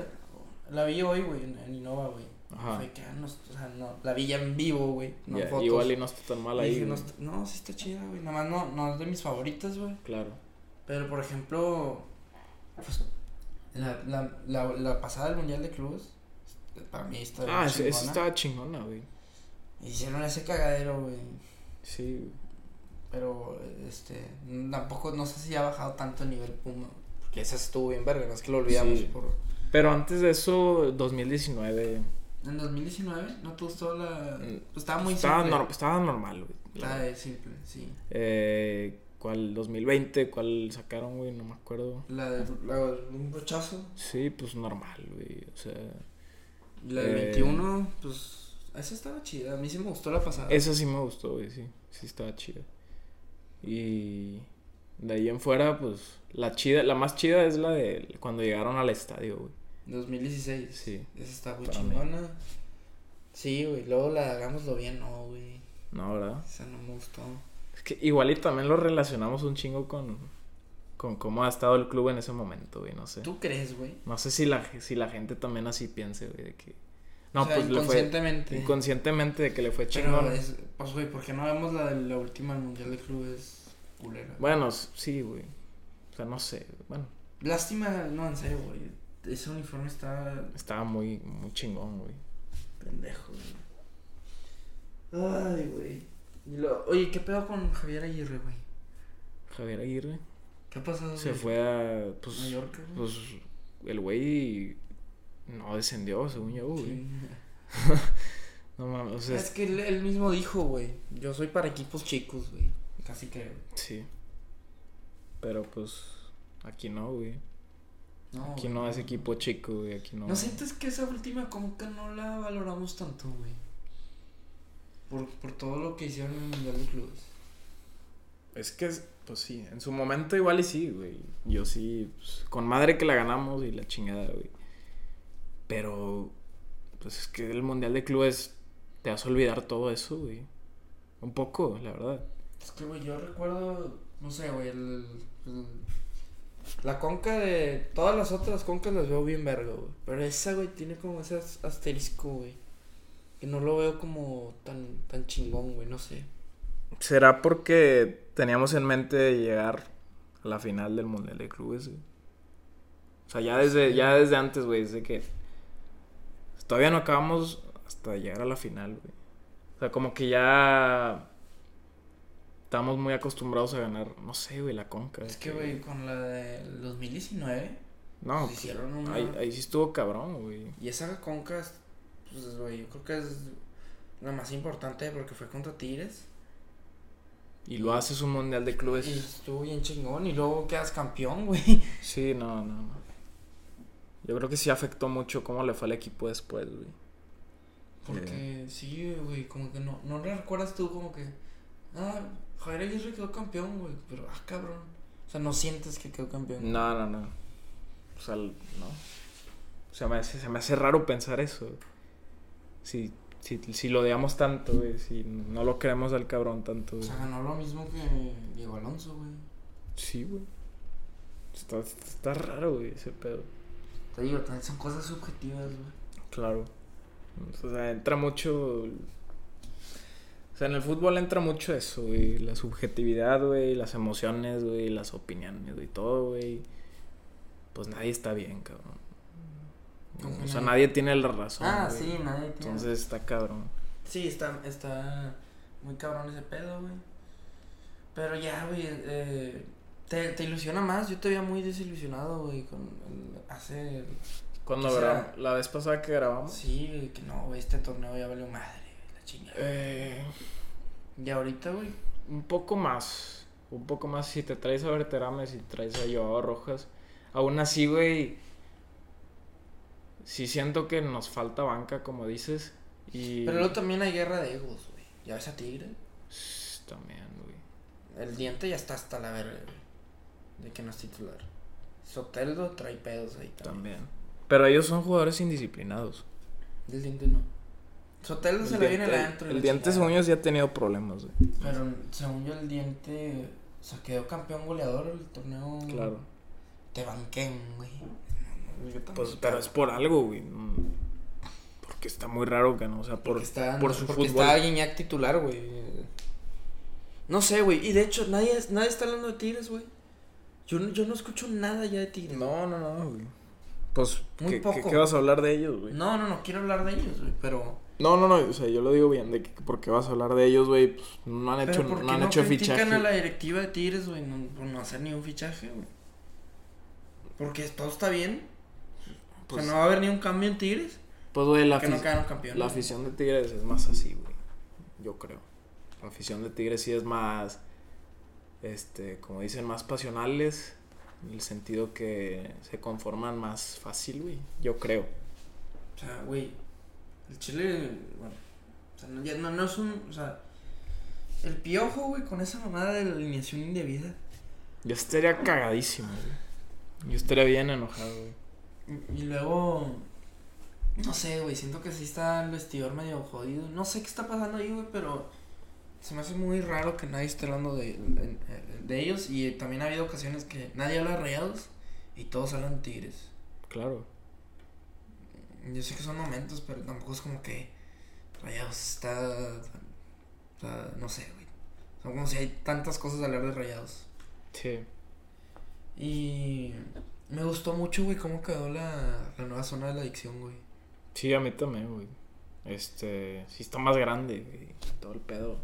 [SPEAKER 1] la vi hoy, güey, en, en Innova, güey.
[SPEAKER 2] Ajá.
[SPEAKER 1] Fue que, ah, no, o sea, no, la vi ya en vivo, güey. No
[SPEAKER 2] Ya,
[SPEAKER 1] en fotos.
[SPEAKER 2] igual y no está tan mal
[SPEAKER 1] Y
[SPEAKER 2] ahí.
[SPEAKER 1] dije, no,
[SPEAKER 2] güey.
[SPEAKER 1] está- no, sí está chida, güey. Nada más no, no es de mis favoritas, güey.
[SPEAKER 2] Claro.
[SPEAKER 1] Pero, por ejemplo, pues, la, la, la, la pasada del Mundial de Clubes, para mí está
[SPEAKER 2] Ah, eso
[SPEAKER 1] chingona.
[SPEAKER 2] eso estaba chingona, güey.
[SPEAKER 1] Hicieron ese cagadero, güey.
[SPEAKER 2] Sí, güey.
[SPEAKER 1] Pero, este, tampoco, no sé si ha bajado tanto el nivel Puma. Porque esa estuvo bien verga, no es que lo olvidamos
[SPEAKER 2] Sí.
[SPEAKER 1] por...
[SPEAKER 2] Pero antes de eso, 2019.
[SPEAKER 1] En 2019, ¿no te gustó la...?
[SPEAKER 2] Mm,
[SPEAKER 1] Pues estaba muy
[SPEAKER 2] estaba,
[SPEAKER 1] simple. Ah,
[SPEAKER 2] nor- estaba normal, güey. la
[SPEAKER 1] Estaba
[SPEAKER 2] verdad.
[SPEAKER 1] de simple, sí.
[SPEAKER 2] Eh, ¿Cuál? 2020, ¿cuál sacaron, güey? No me acuerdo.
[SPEAKER 1] La de la de un brochazo.
[SPEAKER 2] Sí, pues normal, güey. O sea,
[SPEAKER 1] La de
[SPEAKER 2] Eh.
[SPEAKER 1] 21, pues... Esa estaba chida, a mí sí me gustó la pasada.
[SPEAKER 2] esa sí me gustó, güey, sí. Sí estaba chida. Y de ahí en fuera, pues la chida, la más chida es la de cuando llegaron al estadio, güey.
[SPEAKER 1] 2016.
[SPEAKER 2] Sí.
[SPEAKER 1] Esa está muy
[SPEAKER 2] Para mí.
[SPEAKER 1] chingona. Sí, güey. Luego la de hagámoslo bien, no, güey.
[SPEAKER 2] No, ¿verdad?
[SPEAKER 1] Esa no me gustó.
[SPEAKER 2] Es que igual y también lo relacionamos un chingo con con cómo ha estado el club en ese momento, güey, no sé.
[SPEAKER 1] ¿Tú crees, güey?
[SPEAKER 2] No sé si la si la gente también así piense, güey, de que no,
[SPEAKER 1] O sea,
[SPEAKER 2] pues le fue
[SPEAKER 1] inconscientemente.
[SPEAKER 2] inconscientemente de que le fue chingón.
[SPEAKER 1] Pero es, pues, güey, ¿por qué no vemos la de la última del Mundial de Clubes culera?
[SPEAKER 2] Bueno, s- sí, güey. O sea, no sé. Bueno,
[SPEAKER 1] Lástima, no, en serio, güey. Ese uniforme está
[SPEAKER 2] estaba muy, muy chingón, güey.
[SPEAKER 1] pendejo, güey. Ay, güey. Y lo- Oye, ¿qué pedo con Javier Aguirre, güey?
[SPEAKER 2] Javier Aguirre
[SPEAKER 1] ¿Qué ha pasado?
[SPEAKER 2] se
[SPEAKER 1] güey?
[SPEAKER 2] fue a. Pues,
[SPEAKER 1] Mallorca, güey.
[SPEAKER 2] pues el güey no descendió, según yo, güey.
[SPEAKER 1] Sí.
[SPEAKER 2] No mames, o sea,
[SPEAKER 1] Es que él, él mismo dijo, güey. Yo soy para equipos chicos, güey. Casi que.
[SPEAKER 2] sí. Pero pues, aquí no, güey.
[SPEAKER 1] No,
[SPEAKER 2] Aquí
[SPEAKER 1] güey.
[SPEAKER 2] no es equipo chico, güey. Aquí no.
[SPEAKER 1] ¿No sientes que esa última conca no la valoramos tanto, güey? Por, por todo lo que hicieron en el Mundial de Clubes.
[SPEAKER 2] Es que, es- pues sí, en su momento igual y sí, güey. Yo sí, pues, con madre que la ganamos y la chingada, güey. Pero, pues es que el Mundial de Clubes te hace olvidar todo eso, güey. Un poco, la verdad.
[SPEAKER 1] Es que, güey, yo recuerdo, no sé, güey, el, el- la conca de... Todas las otras concas las veo bien verga, güey. Pero esa, güey, tiene como ese as- asterisco, güey. Que no lo veo como tan, tan chingón, güey, no sé.
[SPEAKER 2] ¿Será porque teníamos en mente llegar a la final del Mundial de Clubes, güey? O sea, ya desde, ya desde antes, güey, desde que todavía no acabamos hasta llegar a la final, güey. O sea, como que ya estamos muy acostumbrados a ganar, no sé, güey, la conca.
[SPEAKER 1] Es
[SPEAKER 2] de
[SPEAKER 1] que, güey, con la del 2019...
[SPEAKER 2] No,
[SPEAKER 1] pues, hicieron una-
[SPEAKER 2] ahí, ahí sí estuvo cabrón, güey.
[SPEAKER 1] Y esa conca, pues, güey, yo creo que es la más importante porque fue contra Tigres.
[SPEAKER 2] Y lo haces un Mundial de Clubes.
[SPEAKER 1] Y estuvo bien chingón y luego quedas campeón, güey.
[SPEAKER 2] Sí, no, no, no. Yo creo que sí afectó mucho cómo le fue al equipo después, güey. Eh,
[SPEAKER 1] Porque sí, güey, como que no, no le recuerdas tú como que, ah, Javier Aguirre quedó campeón, güey, pero, ah, cabrón. O sea, no sientes que quedó campeón.
[SPEAKER 2] No, no, no. O sea, l- no. Se me hace, se me hace raro pensar eso. Si, si, si lo odiamos tanto, güey. Si no lo queremos al cabrón tanto,
[SPEAKER 1] O
[SPEAKER 2] güey.
[SPEAKER 1] sea, ganó lo mismo que Diego Alonso, güey.
[SPEAKER 2] Sí, güey. Está, está raro, güey, ese pedo.
[SPEAKER 1] Te digo, también son cosas subjetivas, güey.
[SPEAKER 2] Claro. O sea, entra mucho. O sea, en el fútbol entra mucho eso, güey. La subjetividad, güey. Las emociones, güey. Las opiniones, güey. Todo, güey. Pues nadie está bien, cabrón.
[SPEAKER 1] ¿Cómo que
[SPEAKER 2] O sea,
[SPEAKER 1] nadie?
[SPEAKER 2] nadie tiene la razón.
[SPEAKER 1] ah,
[SPEAKER 2] güey.
[SPEAKER 1] sí, nadie tiene.
[SPEAKER 2] Entonces está cabrón.
[SPEAKER 1] Sí, está, está muy cabrón ese pedo, güey. Pero ya, güey, eh, te, te ilusiona más. Yo te veía muy desilusionado, güey, con el- hace...
[SPEAKER 2] Cuando
[SPEAKER 1] ¿Qué será?
[SPEAKER 2] grabamos, la vez pasada que grabamos.
[SPEAKER 1] Sí, güey, que no, güey, este torneo ya valió madre, güey, la chingada.
[SPEAKER 2] eh,
[SPEAKER 1] Y ahorita, güey,
[SPEAKER 2] un poco más. Un poco más. Si te traes a Berterame, si traes a Joao Rojas. Aún así, güey. Sí siento que nos falta banca, como dices. Y.
[SPEAKER 1] Pero luego también hay guerra de egos, güey. ¿Ya ves a Tigre?
[SPEAKER 2] S- también, güey.
[SPEAKER 1] El diente ya está hasta la verga, güey. De que no es titular. Soteldo trae pedos ahí también.
[SPEAKER 2] También. Pero ellos son jugadores indisciplinados.
[SPEAKER 1] El diente no. Soteldo se le viene
[SPEAKER 2] diente-
[SPEAKER 1] adentro. y
[SPEAKER 2] el
[SPEAKER 1] la
[SPEAKER 2] diente,
[SPEAKER 1] chingada.
[SPEAKER 2] según ellos, ya ha tenido problemas, güey.
[SPEAKER 1] Pero según yo, el diente. O sea, quedó campeón goleador el torneo.
[SPEAKER 2] Claro.
[SPEAKER 1] Te banquen, güey.
[SPEAKER 2] Pues, pero es por algo, güey. Mm. Porque está muy raro que no, o sea, por,
[SPEAKER 1] porque está,
[SPEAKER 2] por su
[SPEAKER 1] porque
[SPEAKER 2] fútbol.
[SPEAKER 1] está Guiñac titular, güey. No sé, güey. Y de hecho, nadie, nadie está hablando de Tigres, güey. Yo, no- yo no escucho nada ya de Tigres.
[SPEAKER 2] No, no, no, güey. Pues,
[SPEAKER 1] Muy
[SPEAKER 2] ¿qué, qué-
[SPEAKER 1] poco.
[SPEAKER 2] qué vas a hablar de ellos, güey?
[SPEAKER 1] No, no, no quiero hablar de ellos, güey. Pero.
[SPEAKER 2] No, no, no, o sea, yo lo digo bien, de que por qué vas a hablar de ellos, güey, pues no han hecho,
[SPEAKER 1] pero ¿por
[SPEAKER 2] no
[SPEAKER 1] qué
[SPEAKER 2] han
[SPEAKER 1] no
[SPEAKER 2] hecho
[SPEAKER 1] critican
[SPEAKER 2] fichaje.
[SPEAKER 1] a la directiva de Tigres, güey? No, por no hacer ni un fichaje, güey. Porque todo está bien. o
[SPEAKER 2] Pues,
[SPEAKER 1] sea, no va a haber ni un cambio en Tigres.
[SPEAKER 2] pues, güey, la,
[SPEAKER 1] que no
[SPEAKER 2] afic-
[SPEAKER 1] quedaron campeones.
[SPEAKER 2] la afición de Tigres es más así, güey, yo creo. La afición de Tigres sí es más, este, como dicen, más pasionales, en el sentido que se conforman más fácil, güey, yo creo.
[SPEAKER 1] O sea, güey. El Chile, bueno. O sea, no, ya no, no es un. O sea. El piojo, güey, con esa mamada de la alineación indebida.
[SPEAKER 2] Yo estaría cagadísimo, güey. Yo estaría bien enojado, güey.
[SPEAKER 1] Y- Y luego. No sé, güey. Siento que sí está el vestidor medio jodido. No sé qué está pasando ahí, güey, pero. Se me hace muy raro que nadie esté hablando de, de, de ellos. Y también ha habido ocasiones que nadie habla de rayados y todos hablan de tigres.
[SPEAKER 2] Claro.
[SPEAKER 1] Yo sé que son momentos, pero tampoco es como que rayados está. o sea, no sé, güey. Son como si hay tantas cosas de hablar de rayados.
[SPEAKER 2] Sí.
[SPEAKER 1] Y. Me gustó mucho, güey, cómo quedó la, la nueva zona de la adicción, güey.
[SPEAKER 2] Sí, a mí también, güey. Este, sí está más grande, güey. Todo el pedo.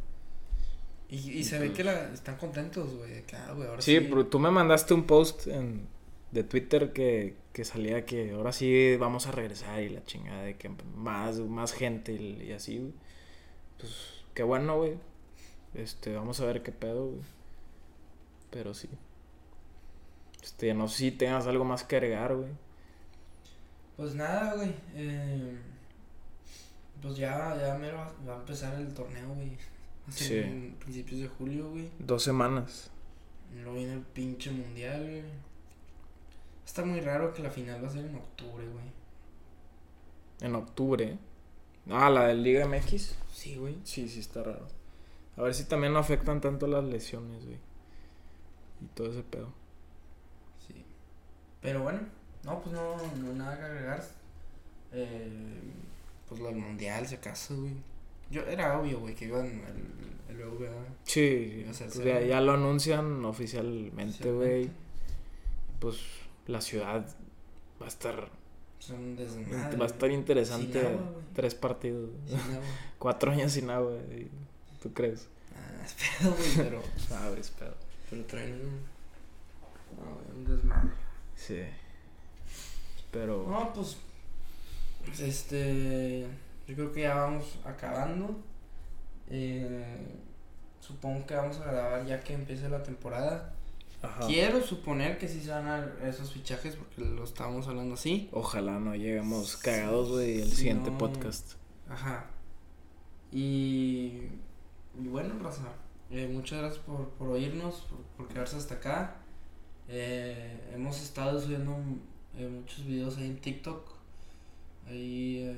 [SPEAKER 1] Y, y se ve que la, están contentos, güey. de que, ah, güey, ahora
[SPEAKER 2] Sí, pero tú me mandaste un post en, de Twitter que, que salía que ahora sí vamos a regresar y la chingada de que más, más gente y, y así, güey. Pues qué bueno, güey. Este, vamos a ver qué pedo, güey. Pero sí. Este, no sé si tengas algo más que agregar, güey.
[SPEAKER 1] Pues nada, güey. eh, pues ya, ya mero va, va a empezar el torneo, güey. Así
[SPEAKER 2] Sí.
[SPEAKER 1] En principios de julio, güey.
[SPEAKER 2] Dos semanas.
[SPEAKER 1] Luego viene el pinche mundial, güey. Está muy raro que la final va a ser en octubre, güey.
[SPEAKER 2] En octubre. Ah, la de Liga MX.
[SPEAKER 1] Sí, güey.
[SPEAKER 2] Sí, sí, está raro. A ver si también no afectan tanto las lesiones, güey. Y todo ese pedo.
[SPEAKER 1] Sí. Pero bueno, no, pues no, no hay nada que agregar. Eh, pues lo del mundial, si acaso, güey. Yo, era obvio, güey, que iban el, el VA.
[SPEAKER 2] Sí,
[SPEAKER 1] O sea,
[SPEAKER 2] pues
[SPEAKER 1] sí.
[SPEAKER 2] ya, ya lo anuncian oficialmente, güey.
[SPEAKER 1] oficialmente.
[SPEAKER 2] Pues la ciudad va a estar
[SPEAKER 1] Son desmadre.
[SPEAKER 2] va a estar interesante.
[SPEAKER 1] Sin agua, güey.
[SPEAKER 2] Tres partidos,
[SPEAKER 1] Sin agua.
[SPEAKER 2] cuatro años sin agua, güey. ¿Tú crees?
[SPEAKER 1] Ah, es pedo, güey, pero.
[SPEAKER 2] Ah, güey, es pedo.
[SPEAKER 1] Pero traen un. No, güey, un desmadre.
[SPEAKER 2] Sí. Pero
[SPEAKER 1] No, pues. pues, Este. Yo creo que ya vamos acabando. Eh, supongo que vamos a grabar ya que empiece la temporada.
[SPEAKER 2] ajá.
[SPEAKER 1] Quiero suponer que sí se van a esos fichajes porque lo estábamos hablando así.
[SPEAKER 2] Ojalá no lleguemos cagados, güey, el
[SPEAKER 1] Sí,
[SPEAKER 2] siguiente
[SPEAKER 1] no.
[SPEAKER 2] podcast.
[SPEAKER 1] Ajá. Y, y bueno, Raza, eh, muchas gracias por, por oírnos, por, por quedarse hasta acá. Eh, hemos estado subiendo mm, eh, muchos videos ahí en TikTok. Ahí eh,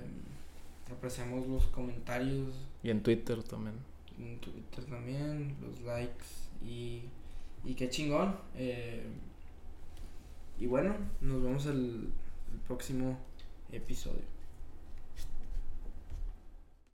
[SPEAKER 1] apreciamos los comentarios
[SPEAKER 2] Y en Twitter también.
[SPEAKER 1] en Twitter también, los likes y, y qué chingón. eh, y bueno, nos vemos el- el próximo episodio.